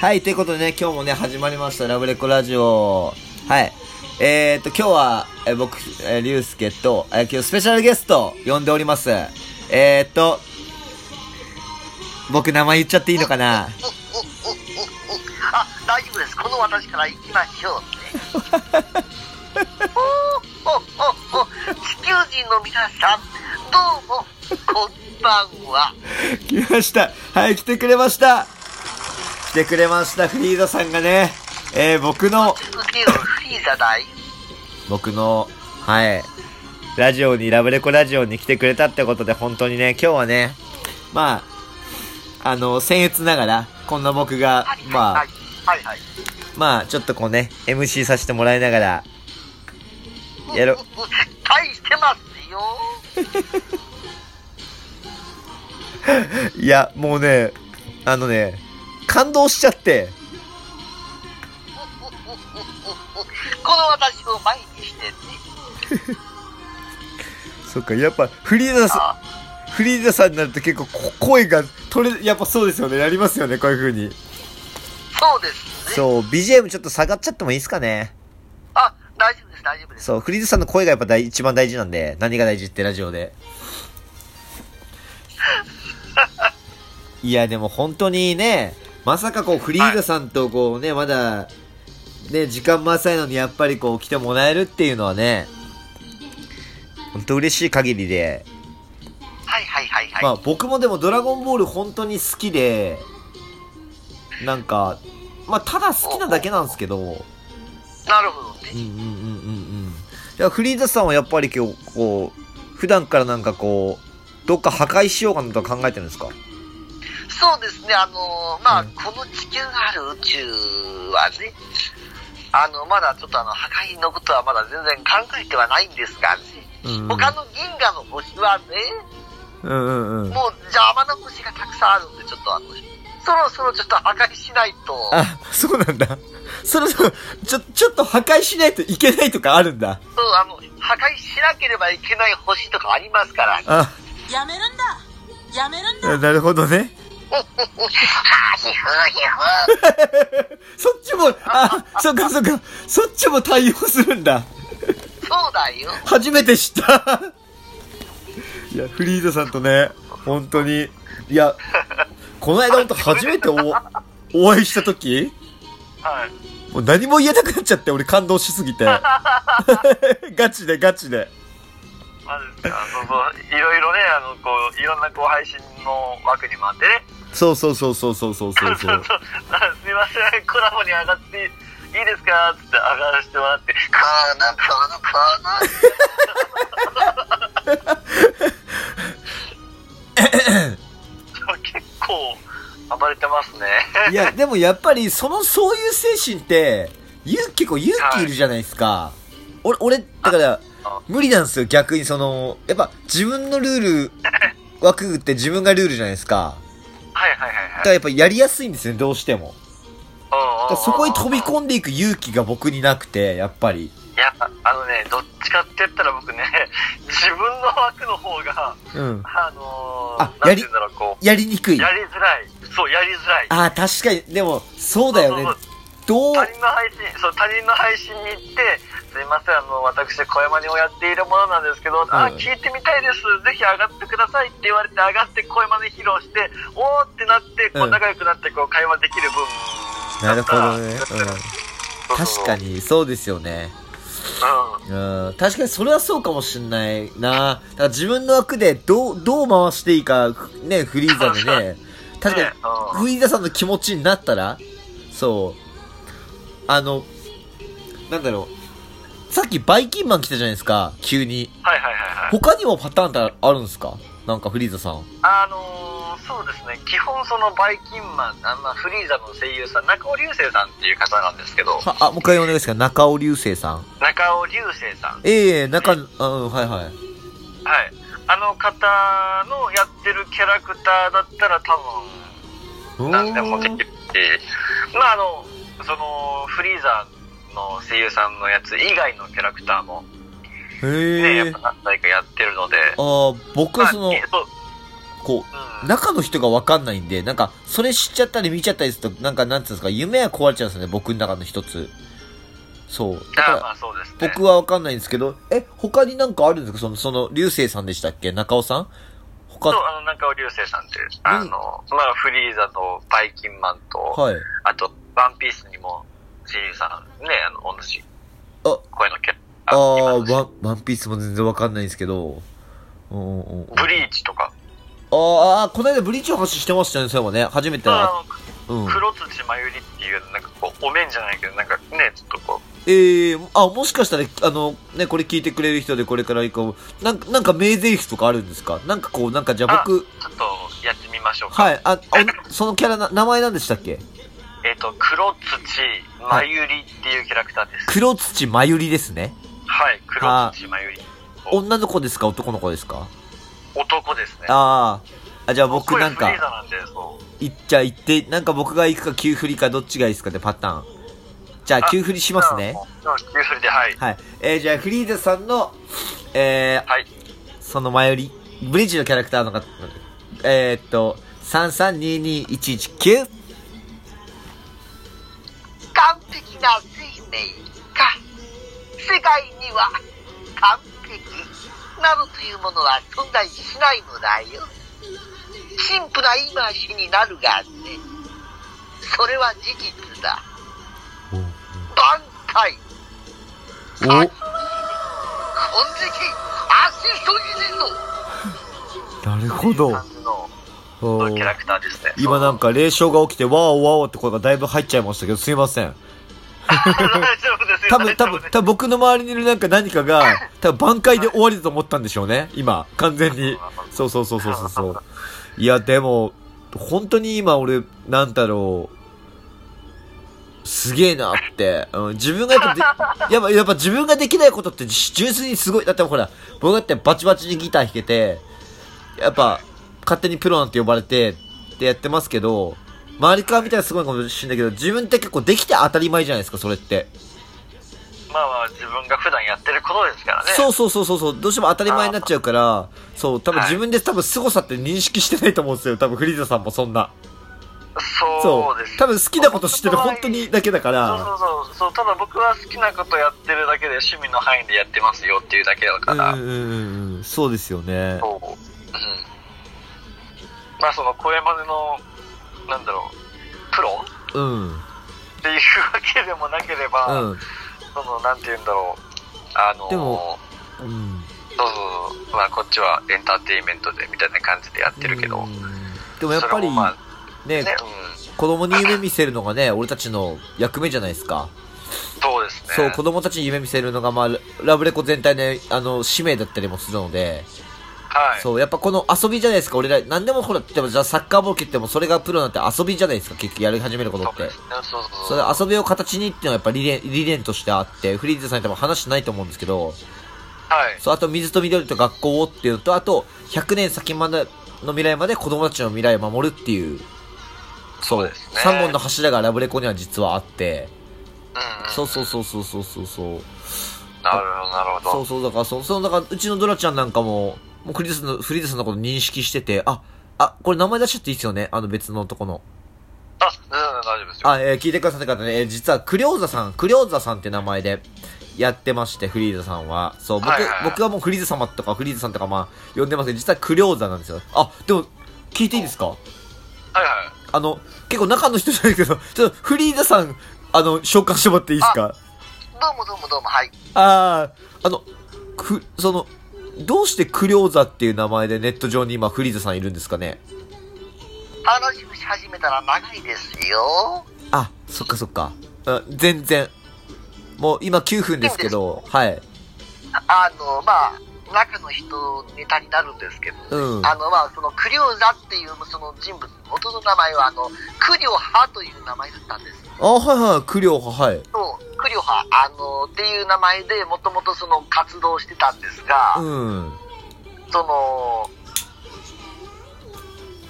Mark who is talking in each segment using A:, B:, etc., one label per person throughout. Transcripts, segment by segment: A: はい、ということでね、今日もね、始まりました、ラブレコラジオ。はい。えー、っと、今日は、えー僕、えー、りゅうすけと、えー今日スペシャルゲスト、呼んでおります。えー、っと、僕、名前言っちゃっていいのかな
B: おおおおおあ大丈夫ですこの私から行きましょうっておおおお地球人の皆さんどうもこんばんは
A: 来ました。はい、来てくれました。来てくれました、フリーザさんがね、えー、僕の、
B: 受けよフリーザだい
A: 僕の、はい、ラジオに、ラブレコラジオに来てくれたってことで、本当にね、今日はね、まあ、あの、僭越ながら、こんな僕が
B: はい、
A: ま
B: は
A: あ
B: い、はいはい
A: まあ、ちょっとこうね、MC させてもらいながら、やろ
B: ううう大してますよ
A: いや、もうね、あのね、感動しちゃって、
B: ううううううこの私を前にしてね
A: そっか、やっぱ、フリーザさ
B: あ
A: ん、フリーザさんになると結構こ声が取れ、やっぱそうですよね、やりますよね、こういう風に。
B: そうですね
A: そう、BGM ちょっと下がっちゃってもいいですかね。
B: あ大丈夫です大丈夫です
A: そう、フリーズさんの声がやっぱ大一番大事なんで、何が大事ってラジオ で。いや、でも本当にね、まさかこう、フリーズさんとこうね、まだ、ね、時間も浅いのにやっぱりこう、来てもらえるっていうのはね、本当嬉しい限りで、
B: はいはいはいはい、
A: まあ僕もでもドラゴンボール本当に好きで、なんか、まあただ好きなだけなんですけど、
B: なるほど
A: うん
B: ね
A: うんうんうんうんいやフリーザさんはやっぱり今日こう普段からなんかこうどっか破壊しようかなとは考えてるんですか
B: そうですね、あのまあ、
A: うん
B: この地球がある宇宙はね、あの、まだちょっとあの、破壊のことはまだ全然考えてはないんですがね、
A: うん
B: 他の銀河の星はね、
A: うんうんうん
B: もう邪魔な星がたくさんあるんで、ちょっとあの、そろそろちょっと破壊しないと、
A: あそうなんだ それそろちょちょっと破壊しないといけないとかあるんだ
B: うんあの、破壊しなければいけない星とかありますから、 破
A: あ
C: やめるんだやめるんだ
A: なるほどね
B: 壊ひふひふ
A: そっちもあそっかそっかそっちも対応するんだ
B: そうだよ。
A: 初めて知った いやフリーザさんとね本当にいやこの間本当初めておお会いした時
B: はい。
A: もう何も言えなくなっちゃって、俺感動しすぎ て。ガチでガチで。
B: まず、あの、そう、いろいろね、あの、こう、いろんなこう配信の枠にもあってね、
A: そうそうそうそうそうそうそうそう。
B: あすいません、コラボに上がっていいですかつって上がらせてもらって、この、この、この、 結構暴れてますね。
A: いや、でもやっぱり、その、そういう精神って、ゆ結構勇気いるじゃないですか。俺、俺、だから
B: あ、
A: 無理なんですよ、逆にその、やっぱ自分のルール、枠って自分がルールじゃないですか。
B: はいはいはい
A: だか
B: はい。
A: らやっぱやりやすいんですよね、どうしても。だからそこに飛び
B: む。
A: 込んでいく勇気が僕になくて、やっぱり。
B: いや、あのね、どっちかって言ったら僕ね、 自分の枠の方が、
A: うん。
B: あの
A: あ
B: ー、なんて言うんだろう、こ
A: やりにく
B: う、
A: い。
B: や
A: あ
B: りづらい。そう、やりづらい。
A: あー、確かに、でも、そうだよね
B: そう。
A: どう、
B: 他人の配信そう他人の配信に行って「すいませんあの私小山にをやっているものなんですけど、あ
A: うん
B: 聞いてみたいですぜひ上がってください」って言われて上がって小山で披露しておーってなってこ
A: う
B: うん仲良くなってこう会話できる分
A: なるほど ね。
B: だった
A: うん
B: ら。
A: 確か、に、そうですよね。
B: そうそう
A: うん。確かに、それはそうかもしんないな。だから自分の枠で、どう、どう回していいか、ふね、フリーザで ね。確
B: ね
A: か
B: う
A: に、フリーザさんの気持ちになったら、そう。あの、なんだろう。さっきバイキンマン来たじゃないですか、急に。
B: うん、はいはいはいはい
A: 他にもパターンってあるんですかなんかフリーザさん。
B: あのーそうですね基本そのバイキンマンあ、まあ、フリーザの声優さん中尾流星さんっていう方なんですけど
A: は、あ、もう一回お願いします。中尾流星さん。
B: 中尾流星さん
A: ええ中、うん、はいはい。
B: はい、あの方のやってるキャラクターだったら多
A: うー
B: 分
A: ん
B: 何でもできるしまああのそのフリーザの声優さんのやつ以外のキャラクターもね、
A: へ
B: やっ
A: え
B: ぱ。何回かやってるので
A: ああ、僕
B: ま
A: は
B: あ
A: その、
B: えそう
A: こ
B: う
A: う、
B: ん
A: 中の人がわかんないんで、なんか、それ知っちゃったり見ちゃったりすると、なんか、なんつうんですか、夢は壊れちゃうんですよね、僕の中の一つ。そう。だか
B: ああま
A: ら、
B: あそうですね。
A: 僕はわかんないんですけど、え、他になんかあるんですかその、その、流星さんでしたっけ中尾さん他、
B: そう、
A: は
B: あの、中尾流星さんっていう、あの、まあ、フリーザとバイキンマンと、
A: い。
B: あと、ワンピースにも、ジンさん、ね、あの、同じ
A: あ、
B: 声のキャラ。
A: ああ
B: 今の
A: ー、ワン、ワンピースも全然わかんないんですけど、うんうんうん。
B: ブリーチとか、
A: あーあー、この間ブリーチの話してましたよね、そういえばね。初めてな
B: あ
A: うん
B: の、。黒土まゆりっていう、なんかこう、お面じゃないけど、なんかね、ちょっとこう、
A: ええあ、もしかしたら、あの、ね、これ聞いてくれる人でこれから行こう。なんか、なんか名台詞とかあるんですかなんかこう、なんかじゃあ僕、
B: ちょっとやってみましょうか。
A: はい、あ、おそのキャラな、名前なんでしたっけ
B: えっ、と、黒土まゆりっていうキャラクターです。
A: 黒土まゆりですね。
B: はい、黒土まゆり。
A: 女の子ですか男の子ですか
B: 男ですね。
A: あーあ、じゃあ僕
B: これ
A: なん
B: フリーザ
A: か、
B: なんで、そう。
A: 行っちゃ行って、なんか僕が行くか急振りかどっちがいいですかってパターン。じゃあ
B: あ
A: 急振りしますね。
B: うん。うんそれで、はい。
A: はい。えー、じゃあフリーザさんの、えー、
B: はい。
A: その前より、ブリッジのキャラクターの方、えー、っと、3322119?
B: 完璧な生命か世界には完璧なるというものは存在しないのだよ神父な言い回しになるがねそれは事実だ挽回
A: お、
B: 金色足一人の
A: なるほど。お
B: キャラクターですね
A: 今なんか、霊障が起きて、わーおわーおって声がだいぶ入っちゃいましたけど、すいません。
B: 大丈夫で す
A: 多分、多分、多分僕の周りにいるなんか何かが、多分挽回で終わりだと思ったんでしょうね。今、完全に。そうそうそうそうそうそう。いや、でも、本当に今俺、なんだろう、すげえなって。うん、自分がやっぱでやっぱ、やっぱ自分ができないことって純粋にすごい。だってほら、僕だってバチバチにギター弾けて、やっぱ、勝手にプロなんて呼ばれて、ってやってますけど、周りから見たらすごいかもしれないけど、自分って結構できて当たり前じゃないですか、それって。
B: まあまあ自分が普段やってることですから
A: そうそうそうそうそうどうしても当たり前になっちゃうからそう多分
B: はい
A: 自分で多分凄さって認識してないと思うんですよ多分フリーザさんもそんなそ
B: そ
A: う多分好きなこと知ってる本当にだけだか
B: そう
A: ら
B: そうそうそうただ僕は好きなことやってるだけで趣味の範囲でやってますよっていうだけだか
A: うん
B: ら、
A: うんうんうんそうですよね
B: そう、うん、まあその声までのなんだろうプロ
A: うんうん
B: っていうわけでもなければ、そのなんて言うんだろうあの
A: でもうん
B: そうそうそうまあこっちはエンターテインメントでみたいな感じでやってるけど、
A: うんでもやっぱ
B: それ
A: り
B: もまあ
A: ね
B: ね、うん、
A: 子供に夢見せるのがね俺たちの役目じゃないですか
B: そうですね
A: そう子供たちに夢見せるのがまあララブレコ全体のあの使命だったりもするので
B: はい
A: そう、やっぱこの遊びじゃないですか、俺ら、何でもほら、でもじゃあサッカーボール蹴っても、それがプロなんて遊びじゃないですか、結局やり始めることっ
B: そう
A: て
B: です。ねそうそう
A: そ
B: そう
A: れ遊びを形にっていうのはやっぱ理念、理念としてあって、フリーズさんに多分話してないと思うんですけど、
B: はい
A: そう、あと水と緑と学校をっていうのと、あと、100年先までの未来まで子供たちの未来を守るっていう、
B: そうですね
A: 3本の柱がラブレコには実はあって、
B: うんうん
A: そうそうそうそうそうそうそう。
B: なるほどなるほど
A: そうそう、だから、そう、そう、だから、うちのドラちゃんなんかも、もうフリーザさんの、フリーザさんのこと認識してて、あ、あ、これ名前出しちゃっていいっすよねあの別の男の。
B: あ、全然大丈夫ですよ。
A: あ、えー聞いてくださった方ね、えー実はクリョーザさん、クリョーザさんって名前でやってまして、フリーザさんは。そう、僕、
B: はいはいはい
A: 僕はもうフリーザ様とかフリーザさんとかまあ、呼んでますけど、実はクリョーザなんですよ。あ、でも、聞いていいですか
B: はいはい。
A: あの、結構中の人じゃないけど、ちょっとフリーザさん、あの、紹介してもらっていいですか
B: どうもどうもどうも、はい。
A: ああ、あの、く、その、どうしてクリョーザっていう名前でネット上に今フリーザさんいるんですかね
B: 話をし始めたら長いですよ。
A: あ、そっかそっか。あ全然。もう今9分ですけど、はい。
B: あの、まあ、中の人ネタになるんですけど、
A: うん。
B: あの、まあ、そのクリョーザっていうその人物、元の名前は、あの、クリョハという名前だったんです。
A: あ、はいはい、クリョーは、はい。
B: そう、クリョハ、あの、っていう名前で、もともとその活動してたんですが、
A: うん。
B: その、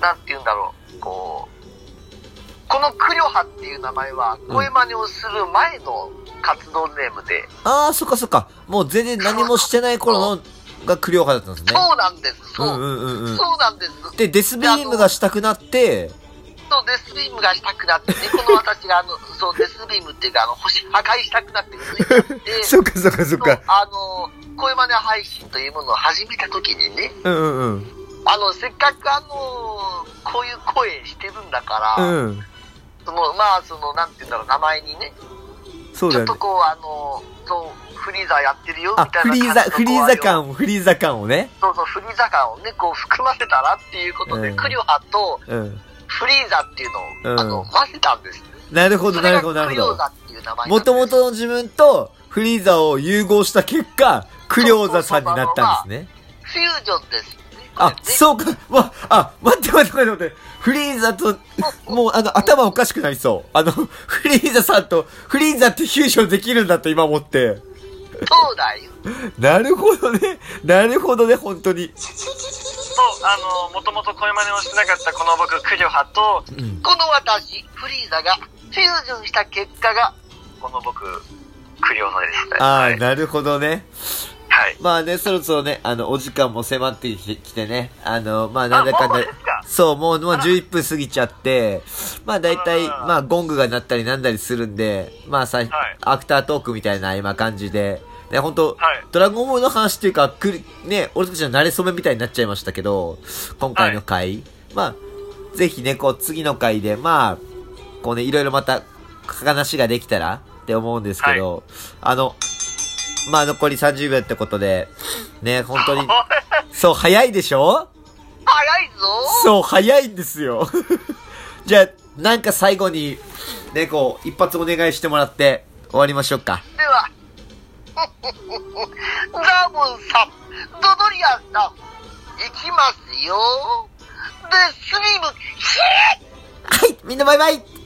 B: なんて言うんだろう、こう、このクリョハっていう名前は、
A: うん
B: 声真似をする前の活動ネームで、
A: ああ、そっかそっか。もう全然何もしてない頃のがクリオハだったんですね。
D: そうなんです。
A: う
D: そ
A: ん
D: う。
A: うんうんうん。
D: そうなんです。
A: で、デスビームがしたくなって、
D: そう、デスビームがしたくなってね、この私が、あ の、そう、デスビームっていうか、あの、星破壊したくなって、薄いなって
A: そっかそっかそっか。
D: あの、声真似配信というものを始めた時にね、
A: うんうん
D: あの、せっかくあの、こういう声してるんだから、
A: うん。うん。
D: その、まあ、その、なんて言うんだろう、名前にね、
A: そう
D: ち
A: だ
D: ょっ
A: ね
D: と。こう、あの、そう、フリーザーやってるよ、
A: あ
D: みた、い
A: フ
D: な
A: リーザ、
D: 感じの
A: フリーザ感を、フリーザ感をね。
D: そうそう、フリーザ感をね、こう、含ませたらっていうことで、
A: うん
D: クリオハと
A: うん。
D: フリーザっていうのを、
A: うん
D: あの、混ぜたんです。
A: なるほど、
D: そ
A: なる
D: れが
A: ほど、な
D: ク
A: る
D: リオ
A: ほ
D: ザ
A: ど。
D: っていう名前なん
A: も
D: です
A: ともとの自分とフリーザを融合した結果、クリオザさんになったんですね。
D: フュージョンです、ね。
A: あ、
D: う。
A: そうか。わ、あ、待って待って待って待って。フリーザと、もうあの、頭おかしくなりそう。あの、フリーザさんと、フリーザってフュージョンできるんだって今思って。
D: そうだよ。
A: なるほどね。なるほどね、本当に。
B: そう、あの、もともと声真似をしてなかったこの僕、クリョハと、
A: うん。
D: この私、フリーザがフュージョンした結果が、
B: この僕、クリオハですね。
A: あ
B: は
A: あ、
B: い。
A: なるほどね。
B: はい。
A: まあね、そろそろね、あの、お時間も迫ってきてきてね、あの、まあ、なんだかんだ
B: あもうですか、
A: そう、もう、もう11分過ぎちゃって、まあ、大体、
B: あららら
A: まあ、ゴングが鳴ったりなんだりするんで、まあ、さ、アフタートークみたいな、今、感じで、ね、本当、
B: はい
A: ドラゴンボールの話っていうか、くる、ね、俺たちの慣れ初めみたいになっちゃいましたけど、今回の回、まあ、ぜひね、こう、次の回で、まあ、こうね、いろいろまた、話ができたらって思うんですけど、あの、まあ残り30秒ってことで、ね、本当に、そう、早いでしょ
D: 早いぞ
A: そう、早いんですよ。 じゃあ、なんか最後に、ね、こう、一発お願いしてもらって、終わりましょうか。
D: では、 ザボンさん、ドドリアンさん、いきますよ。で、スリム、
A: はい、
D: ヒー
A: みんなバイバイ